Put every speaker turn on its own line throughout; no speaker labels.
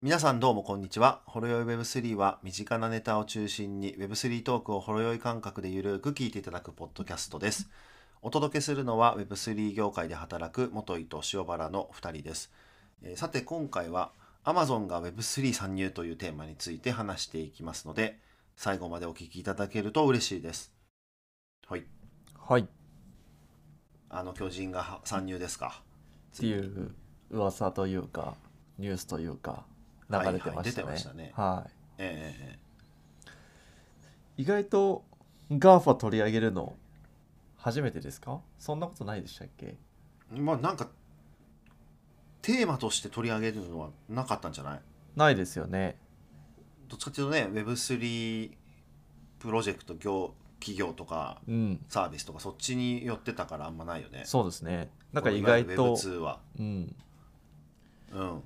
皆さんどうもこんにちは。ほろよい Web3 は身近なネタを中心に Web3 トークをほろよい感覚でゆるく聞いていただくポッドキャストです。お届けするのは Web3 業界で働く元井と塩原の2人です。えーさて今回は Amazon が Web3 参入というテーマについて話していきますので、最後までお聞きいただけると嬉しいです。はい。
はいっ
あの巨人が参入ですか。
ていう噂というかニュースというか流れて
はいは
ましたね。
い出てましたね
は
ええええ
い意外と GAFA 取り上げるの初めてですかそんなことないでしたっけ
まあなんかテーマとして取り上げるのはなかったんじゃない
ないですよね。
どっちかっていうとね Web3 プロジェクト業企業とか
うん
サービスとかそっちに寄ってたからあんまないよね
そうですね。なんか
この
意外
いわゆる
と、
Web2 は
うん、
うん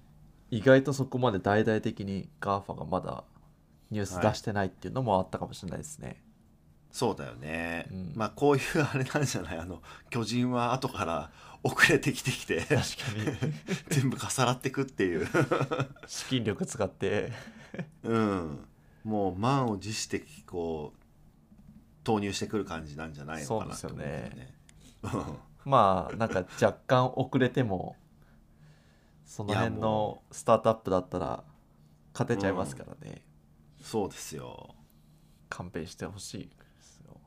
意外とそこまで大々的に GAFA がまだニュース出してないっていうのもあったかもしれないですね。
そうだよね、
うん
まあこういうあれなんじゃないあの巨人は後から遅れてきてき て
確かに
全部重なってくっていう
資金力使って
うんもう満を持してこう投入してくる感じなんじゃないのかなと思うんだよ
そうで
ねうん
まあなんか若干遅れてもその辺
いや
の
も
スタートアップだったら勝てちゃいますからね、
そうです よ。
勘弁してほしいですよ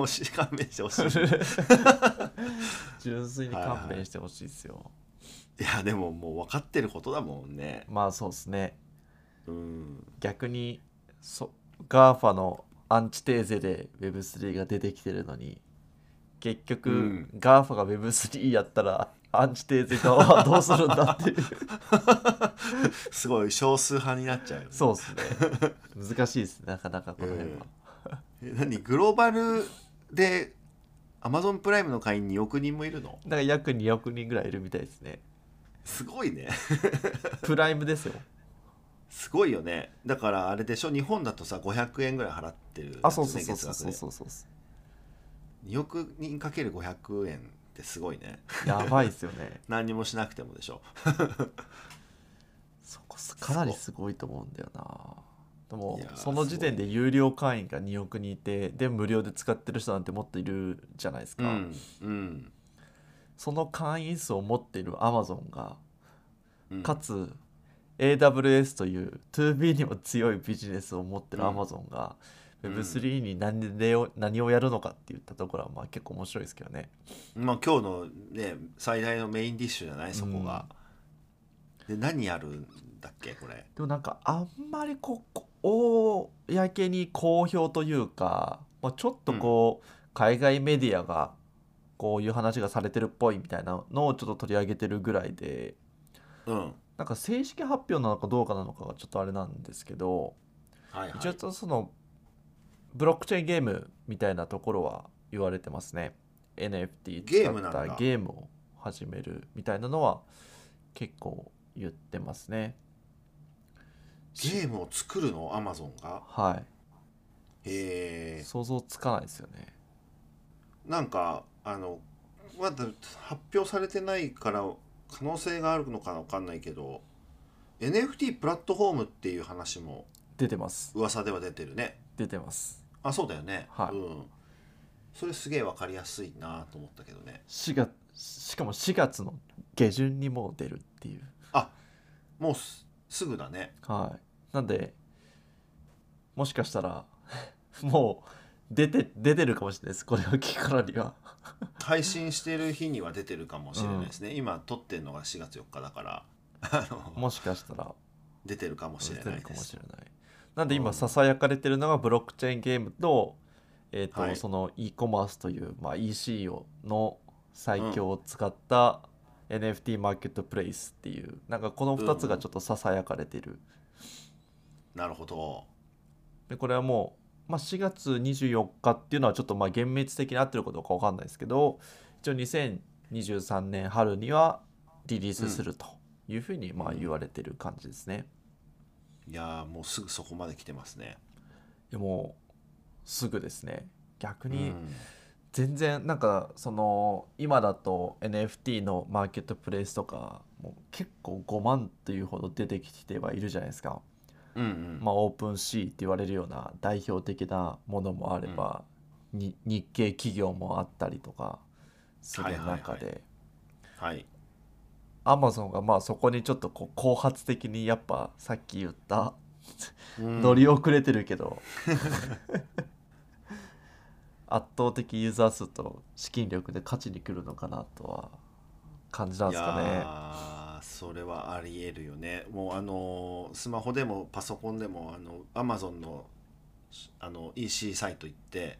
おし勘弁してほしい。
純粋に
はいはい
勘弁してほしいですよ、
いやでももう分かってることだもんね。
まあそうですね
うん。
逆にそ GAFA のアンチテーゼで Web3 が出てきてるのに結局、
うん
GAFA が Web3 やったらアンチテーゼ側はどうするんだ っていう
すごい少数派になっちゃうよね。
そうですね難しいですねなかなかこの辺は、
え何グローバルで Amazon プライムの会員2億人もいるの
なんか約2億人ぐらいいるみたいですね。
すごいね。
プライムですよ。
すごいよね。だからあれでしょ日本だとさ500円ぐらい払ってる、ね、
あ、そうそうそう
月
そう
額
そう
で。
そうそうそ
2億人かける500円ってすごいね。
う。やばいですよね。
何にもしなくてもでしょ。
そこかなりすごいと思うんだよな。でも
いやー
その時点で有料会員が2億人いてで無料で使ってる人なんてもっといるじゃないです
う
か、
ん。うん。
その会員数を持っているアマゾンが
うん
かつ AWS という 2B にも強いビジネスを持ってるアマゾンが
うん
Web3 に何でを何をやるのかって言ったところはまあ結構面白いですけどね
まあ、今日のね最大のメインディッシュじゃないそこが、で何やるんだっけこれ
でもなんかあんまりこうこ公に公表というか、まあ、ちょっとこう、海外メディアがこういう話がされてるっぽいみたいなのをちょっと取り上げてるぐらいで
うんはい
なんか正式発表なのかどうかなのかがちょっとあれなんですけど
はい
一応ちょっとそのブロックチェーンゲームみたいなところは言われてますね NFT
ゲーム
使
な
っ
んだ
たゲームを始めるみたいなのは結構言ってますね
ゲームを作るのアマゾンが
は
へ
い
え
想像つかないですよね
なんかあのまだ発表されてないから可能性があるのかわかんないけど NFT プラットフォームっていう話も
出てます
噂では出てるね
出てます
あそうだよね、
はい
うんそれすげえわかりやすいなと思ったけどね
4月しかも4月の下旬にもう出るっていう
もうすすぐだね
はいなんでもしかしたら もう出て出てるかもしれないですこれを聞くからには
配信してる日には出てるかもしれないですね、今撮ってるのが4月4日だからあの
もしかしたら
出てるかもし
出
れ
て
な
る
い
か
で
もし
す
れないなんで
う
今
ん
ささやかれてるのがブロックチェーンゲームと,、えーと
はい
その e コマースという、まあ、EC をの最強を使った NFT マーケットプレイスっていうなんかこの2つがちょっとささやかれてる
なるほど
でこれはもう、まあ、4月24日っていうのはちょっとまあ厳密的に合ってることか分かんないですけど一応2023年春にはリリースするというふうにまあ言われてる感じですね。
いやーもうすぐそこまで来てますね、
でもうすぐですね逆
う
に
ん
全然なんかその今だと NFT のマーケットプレイスとかもう結構5万というほど出てきてはいるじゃないですか。
うんうん
まあ、オープンシーって言われるような代表的なものもあれば、に日系企業もあったりとかする
はい
中
はい
で
はい
アマゾンがまあそこにちょっとこう後発的にやっぱさっき言った
うん
乗り遅れてるけど、 圧倒的ユーザー数と資金力で勝ちに来るのかなとは感じなん
い
ですかね。
やーそれはありえるよねもうあのースマホでもパソコンでもあのアマゾンのあの EC サイト行って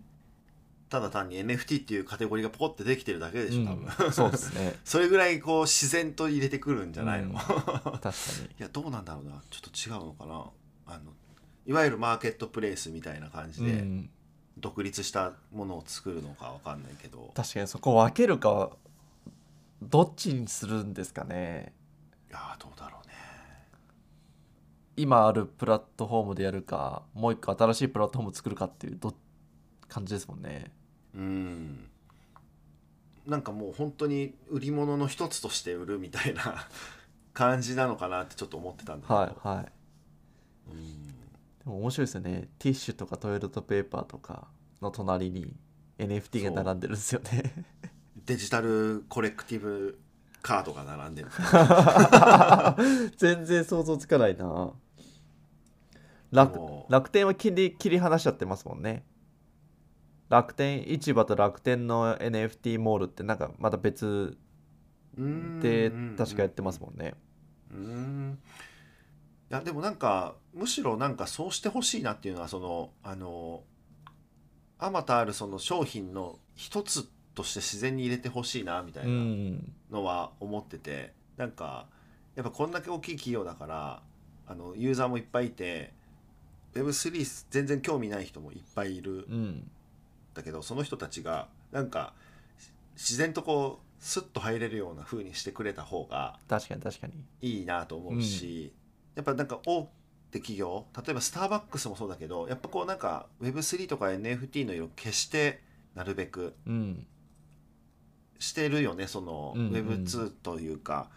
ただ単に NFT っていうカテゴリーがポコってできてるだけでしょ、多分
うん、そうですね
それぐらいこう自然と入れてくるん じゃないの、
うん
い
確かに
やどうなんだろうなちょっと違うのかなあのいわゆるマーケットプレイスみたいな感 じ
う
で
ん
独立したものを作るのかわかんないけど、
確かにそこ分けるかどっちにするんですかね
いやーどうだろうね
今あるプラットフォームでやるかもう一個新しいプラットフォーム作るかっていうど感じですもんね
うんなんかもう本当に売り物の一つとして売るみたいな 感じなのかなってちょっと思ってたんだけど、
はいはい
うん
でも面白いですよねティッシュとかトイレットペーパーとかの隣に NFT が並んでるんです よね
デジタルコレクティブカードが並んでる
全然想像つかないな楽
もう
楽天は切り切り離しちゃってますもんね楽天市場と楽天の NFT モールってなんかまた別
うん
で確かやってますもんね
うんいやでもなんかむしろなんかそうしてほしいなっていうのはそのあのあまたあるその商品の一つとして自然に入れてほしいなみたいな、
うん
のは思っててなんかやっぱこんだけ大きい企業だからあのユーザーもいっぱいいて Web3 全然興味ない人もいっぱいいるん
うん
だけどその人たちがなんかし自然とこうスッと入れるような風にしてくれた方が
確かに確かに
いいなと思うし、やっぱなんか大手企業例えばスターバックスもそうだけどやっぱこうなんか Web3 とか NFT の色消してなるべく
うん
してるよねその
うんうん
Web2 というか、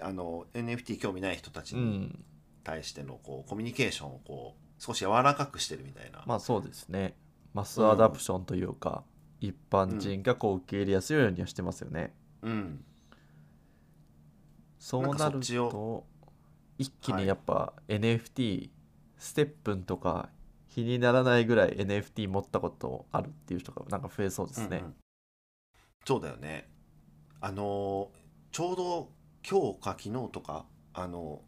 あの NFT 興味ない人たち
う
に
ん
対してのこうコミュニケーションをこう少し柔らかくしてるみたいな、
まあそうですねマスアダプションというか、一般人がこう受け入れやすいようにはしてますよね、
うん、
そう
な
なん
かそ
る
っち
と一気
は
に
い
やっぱ NFT ステップンとか比にならないぐらい NFT 持ったことあるっていう人がなんか増えそうですね
うんうんそうだよねあのーちょうど今日か昨日とかあの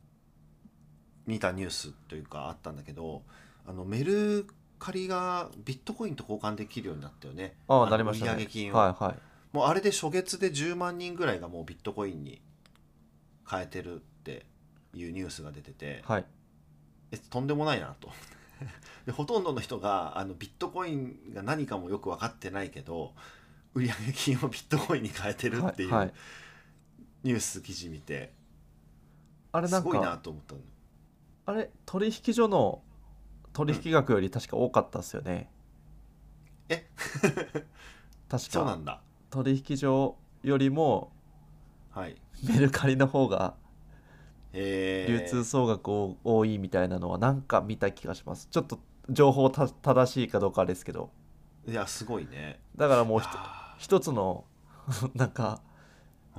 見たニュースというかあったんだけどあのメルカリがビットコインと交換できるようになったよね
あ
あ
あ
の
なりました
売
ね
上金を
はいはい
もうあれで初月で10万人ぐらいがもうビットコインに変えてるっていうニュースが出てて、
はい
えとんでもないなと でほとんどの人があのビットコインが何かもよく分かってないけど売上金をビットコインに変えてる
は
ってい
いは
う
い
ニュース記事見て、
あれな
す
ん
ごいな
か
と思ったの
あれ取引所の取引額より確か多かったっすよね、
え
確
そうな
か
んだ
取引所よりも
はい
メルカリの方が
えー
流通総額を多いみたいなのはなんか見た気がしますちょっと情報た正しいかどうかあれですけど
いやすごいね
だからもうひと
あ
一つの なんか
ー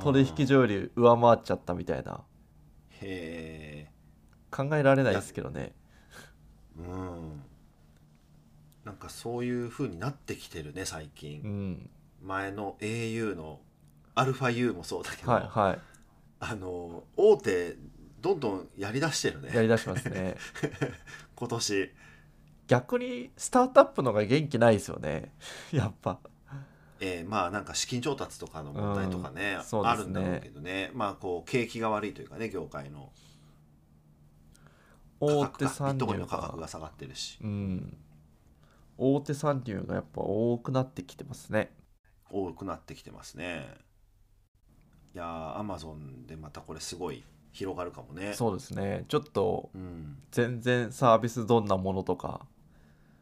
取引所より上回っちゃったみたいな
へえ
考えられないですけどね
うんなんかそういう風になってきてるね最近、
うん
前の au の αU もそうだけど、
はいは
あの大手どんどんやりだしてる
いや
ね
りだしますね
今年
逆にスタートアップのが元気ないですよね やっぱ
えーまあなんか資金調達とかの問題とかね,、
うんそうで
あ
すね
るんだろうけどねまあこう景気が悪いというかね業界の
大
価格
手
がビッ
参
トコイ
入
ンの価格
が
が下がってるし
うん大手参入がやっぱ多くなってきてますね
多くなってきてますねいやーアマゾンでまたこれすごい広がるかもね
そうですねちょっと
うん
全然サービスどんなものとか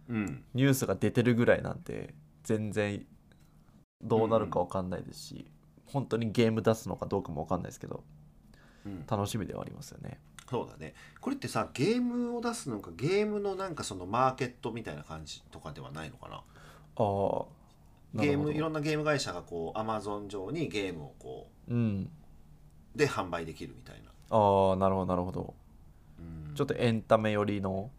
うん
ニュースが出てるぐらいなんで全然どうなるかわかんないですし、本当にゲーム出すのかどうかもわかんないですけど
うん、
楽しみではありますよね。
そうだねこれってさゲームを出すのかゲームのなんかそのマーケットみたいな感じとかではないのかな
あーな
ゲ
る
ー
ほ
ムい
ど
ろんなゲーム会社がこうアマゾン上にゲームをこ
うん。
うで販売できるみたいな、
ああ、なるほど、なるほど。
うん、
ちょっとエンタメ寄りの。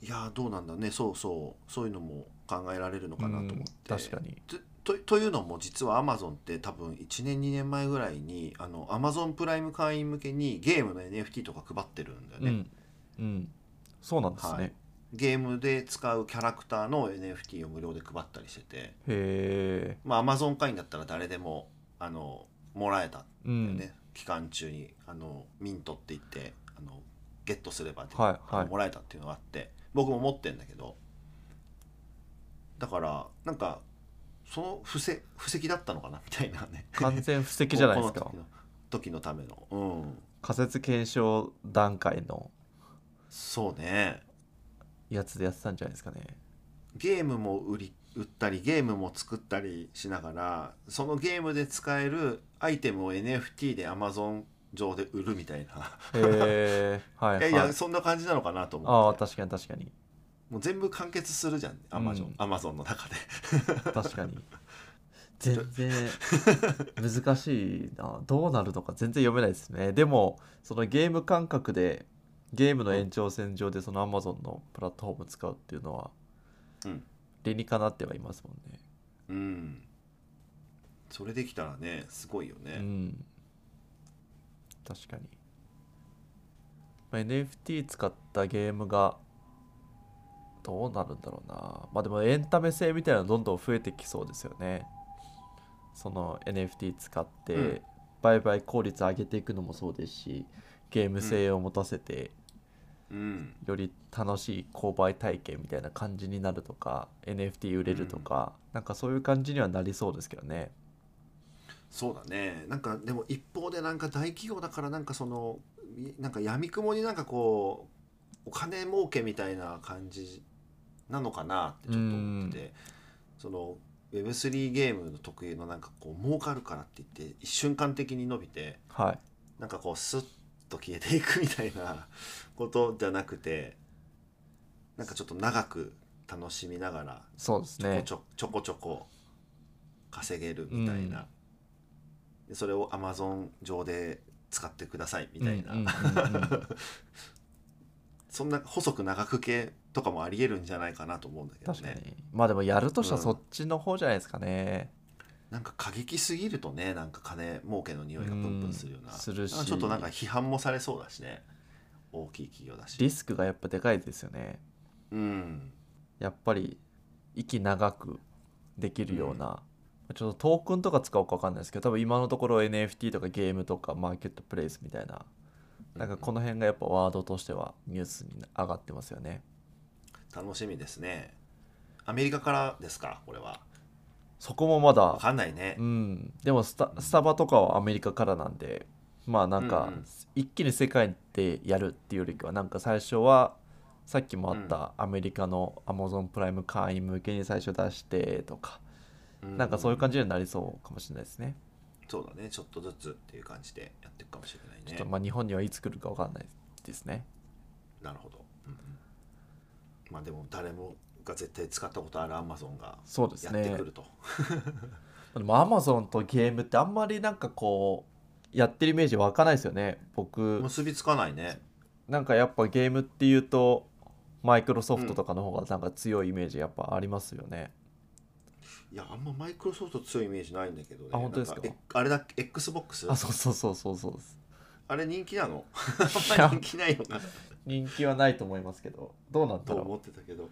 いやーどうなんだねそうそうそういうのも考えられるのかなと思って、
うん確かに。
ととというのも実はアマゾンって多分1年2年前ぐらいにあのアマゾンプライム会員向けにゲームの NFT とか配ってるんだよ
う
ね、
ん。うん。そうなんですね。
はいゲームで使うキャラクターの NFT を無料で配ったりしてて
へえ。
まあアマゾン会員だったら誰でもあのもらえたん
う
だよ
ん。
ね、期間中にあのミントって言ってあのゲットすればで、
はい
あ
は
の
い。
もらえたっていうのがあって僕も持ってんだけどだからなんかその布石布石だったのかなみたいなね
完全布石じゃないで す
こ
か
こ。の時の時のためのうん
仮説検証段階の
そうね
やつでやってたんじゃないですかね。
ゲームも売り売ったりゲームも作ったりしながらそのゲームで使えるアイテムを NFT で Amazon 上で売るみたいな
へえ。はい
い
は
や
い。
いやそんな感じなのかなと
あ
思
あ、
って
確かに確かに。
もう全部完結するじゃん Amazon,、
うん
アマゾンの中で
確かに。全然難しいな。どうなるのか全然読めないですね。でも、そのゲーム感覚で、ゲームの延長線上でその Amazon のプラットフォーム使うっていうのは
うん、
理にかなってはいますもんね。
うんそれできたらねすごいよ
う
ね、
ん。確かに。まあ NFT 使ったゲームがどうなるんだろうな。まあでもエンタメ性みたいなのどんどん増えてきそうですよね。その NFT 使っ
うん
て売買効率上げていくのもそうですし、ゲーム性を持たせて
うん
より楽しい購買体験みたいな感じになるとか、NFT 売れるとか、なんかそういう感じにはなりそうですけどね。
そうだねなんかでも一方でなんか大企業だからなんかそのいなんか闇雲になんかこうお金儲けみたいな感じなのかなってちょっと思っててその Web3 ゲームの特有のなんかこう儲かるからって言って一瞬間的に伸びて
はい。
なんかこうスッと消えていくみたいなことじゃなくてなんかちょっと長く楽しみながら
そうです
ちょこ
ね
ち。ょちょこちょこ稼げるみたいな、でそれを Amazon 上で使ってくださいみたいな、
うんうんうんうん
そんな細く長く系とかもありえるんじゃないかなと思うんだけど
確かに、
ね
まあでもやるとしたら
うん
そっちの方じゃないですかね、
なんか過激すぎるとねなんか金儲けの匂いがプンプンするような,、
うんするし
なんかちょっとなんか批判もされそうだしね大きい企業だ
リ
し、
スクがやっぱでかいですよね
うん、
やっぱり息長くできるような、ちょっとトークンとか使うか分かんないですけど多分今のところ NFT とかゲームとかマーケットプレイスみたいななんかこの辺がやっぱワードとしてはニュースに上がってますよね
楽しみですねアメリカからですからこれは
そこもま
分
だ
かんないね
うんでもスタスタバとかはアメリカからなんでまあなん
う
か
んうん
一気に世界でやるっていうよりかはなんか最初はさっきもあったアメリカの Amazon プライム会員向けに最初出してとかなんかそういう感じになりそうかもしれないですね
そうだねちょっとずつっていう感じでやっていくかもしれないね
ちょっとまあ日本にはいつ来るか分かんないですね
なるほど、うんうんまあでも誰もが絶対使ったことあるアマゾンが
そうです
やって
ね
くると、
でも Amazon とゲームってあんまりなんかこうやってるイメージ湧かないですよね僕
結びつかないね
なんかやっぱゲームっていうとマイクロソフトとかの方がなんか強いイメージやっぱありますよね。
いやあんまマイクロソフト強いイメージないんだけどね
あ本当ですか
なんえあれだっけ XBOX
あ
あ
そうそうそうそうそうです。
れ人気な の
い
あん
や
まり人気ないのかな
人気はないと思いますけどどうなんだ
と
ろ
思ってたけど
う。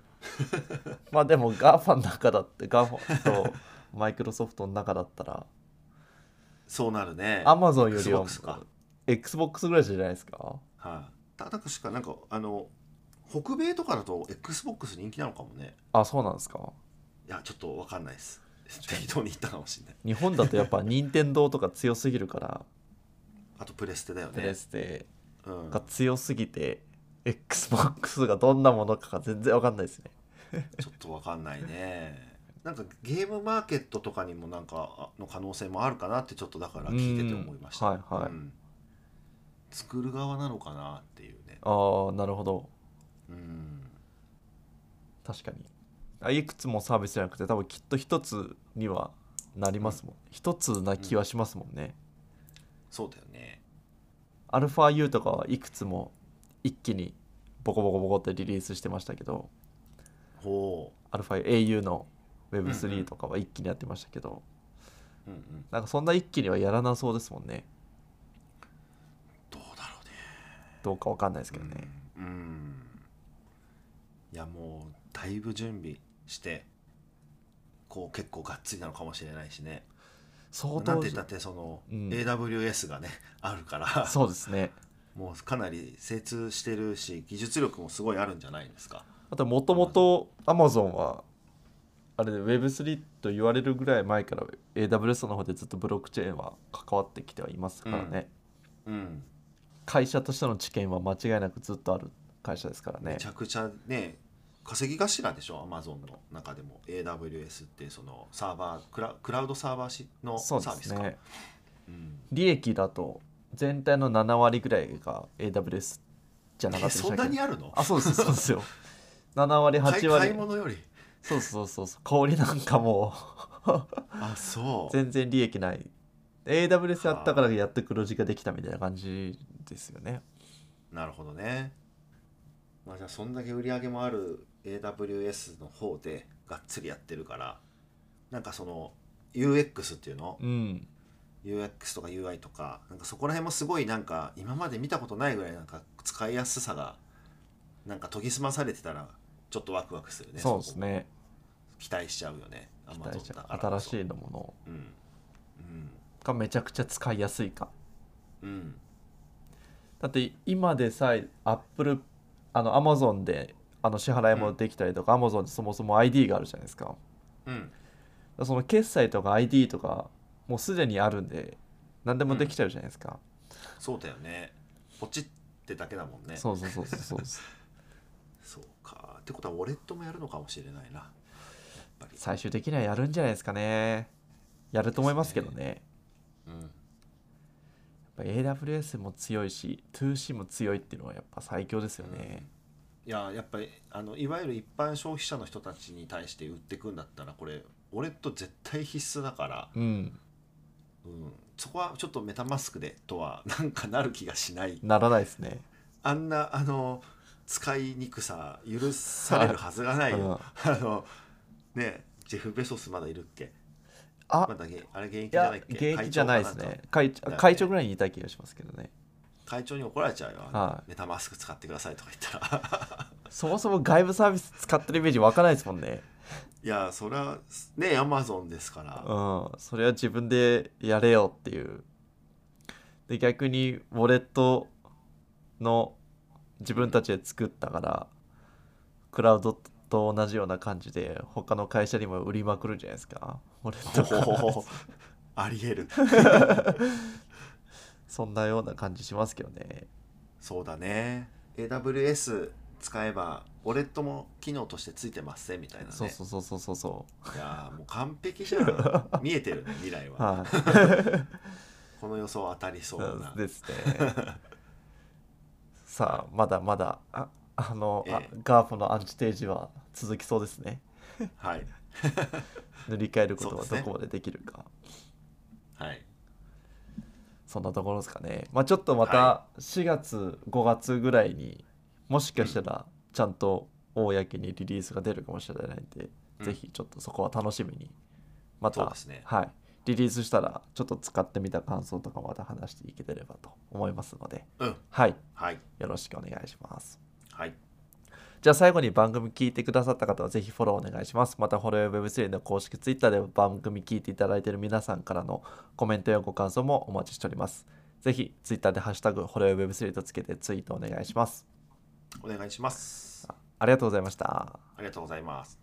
まあでも GAFA の中だって GAFA とマイクロソフトの中だっ たら
そうなるね
Amazon よりは
Xbox か
Xbox ぐらいじゃないですか。
はい、ただ確かなんかあの北米とかだと XBOX 人気なのかもね
あそうなんですか。
いやちょっとわかんないです適当に言ったかもしれない
日本だとやっぱ任天堂とか強すぎるから
あとプレステだよね
プレステ
うん
が強すぎて XBOX がどんなものかが全然わかんないですね。
ちょっとわかんないね。なんかゲームマーケットとかにもなんかあの可能性もあるかなってちょっとだから聞いてて思いました。
うんはいはい
うん作る側なのかなっていうね。
ああなるほど
うん。
確かにあいくつもサービスじゃなくて多分きっと一つにはなりますもん一つな気はしますもんね、
そうだよね。
アルファ U とかはいくつも一気にボコボコボコってリリースしてましたけど
ほ
アルファ AU の
うんう
Web3
ん
とかは一気にやってましたけど、
う。うんうん。
なんかそんな一気にはやらなそうですもんね
どうだろうね。
どうかわかんないですけどね、
うん。うんいやもうだいぶ準備して、こう結構がっつりなのかもしれないしね。
相
なん
当
て言ったってその、
うん
AWS がねあるから
そうですね
もうかなり精通してるし技術力もすごいあるんじゃないですか。
あともともと Amazon はあれで Web3 と言われるぐらい前から AWS の方でずっとブロックチェーンは関わってきてはいますからね、
うん、
会社としての知見は間違いなくずっとある会社ですからね
めちゃくちゃね稼ぎ頭でしょ Amazon の中でも AWS ってそのサーバークラクラウドサーバーしのサ
そうで
ービス
す
か。
ね
うん
利益だと全体の7割ぐらいが AWS じゃなか
え
ったでし
そん
たっ
な
け
にあるの
あそうですそうです よ7割
買い買
8割
い物より
そうそうそうそう香りなんかも
あそうう
全然利益ない AWS やったからやっと黒字ができたみたいな感じですよね
なるほどね。まあ、じゃあそんだけ売り上げもある AWS の方でがっつりやってるからなんかその UX っていうの
うん
UX とか UI とかなんかそこら辺もすごいなんか今まで見たことないぐらいなんか使いやすさがなんか研ぎ澄まされてたらちょっとワクワクするね
そうですね
そこ期待しちゃうよね
期待しち
Amazon だ
ゃ
か
う
ら
新
こそ
しいのもの
うん
がめちゃくちゃ使いやすいか
うんうん
だって今でさえ Apple あの Amazon であの支払いもできたりとか、Amazon にそもそも ID があるじゃないですかだか
うん
らその決済とか ID とかもうすでにあるんで何でもできちゃうじゃないですか、
そうだよねポチってだけだもんね
そうそうそうそうそう です
そうかってことはウォレットもやるのかもしれないなやっぱり
最終的にはやるんじゃないですかねやると思いますけど
です
ね
うん
やっぱ AWS も強いし 2C も強いっていうのはやっぱ最強ですよね、
いややっぱりあのいわゆる一般消費者の人たちに対して売ってくんだったらこれウォレット絶対必須だから
うん
うん、そこはちょっとメタマスクでとはなんかなる気がしない
ならないですね
あんなあの使いにくさ許されるはずがないよ、あのねジェフ・ベソスまだいるっけ
あ
まだげあれ現役
い
じゃ
や
ないっけ
現役じゃないです
会長かん
ね
か
会
だよね
会長ぐらいにいた気がしますけどね
会長に怒られちゃうよ、
はい
メタマスク使ってくださいとか言ったら
そもそも外部サービス使ってるイメージ湧かないですもんね
いやそれはねアマゾンですから、
うんそれは自分でやれよっていうで逆にウォレットの自分たちで作ったからクラウドと同じような感じで他の会社にも売りまくるんじゃないですかウォレットから
ほほほ ありえる
そんなような感じしますけどね。
そうだね AWS 使えばウォレットも機能としてついてますねみたいなね
そうそうそうそうそうそ
いやーもう完璧じゃん 見えてるね未来
う。
は
は。
この予想当たりそうない
ですね。 さあ、まだまだ、あ、あの、あ
ええ
ガーフのアンチテージは続きそうですね。
はい
塗り替えること
そう
は
です
ど
ね
こまでできるか。
はい
そんなところですかね。まあちょっとまた
は
4月、5月ぐらいにもしかしたらちゃんと公にリリースが出るかもしれないんで、
うん
ぜひちょっとそこは楽しみに。ま
そう
た
で、すね
はい、リリースしたらちょっと使ってみた感想とかまた話していければと思いますので、
うん
はい、
はい
よろしくお願いします。
はい
じゃあ最後に番組聞いてくださった方はぜひフォローお願いします。また、フォロー Web3 の公式 Twitter では番組聞いていただいている皆さんからのコメントやご感想もお待ちしております。ぜひ Twitter でハッシュタグフォロー Web3 とつけてツイートお願いします。
お願いします
ありがとうございました。
ありがとうございます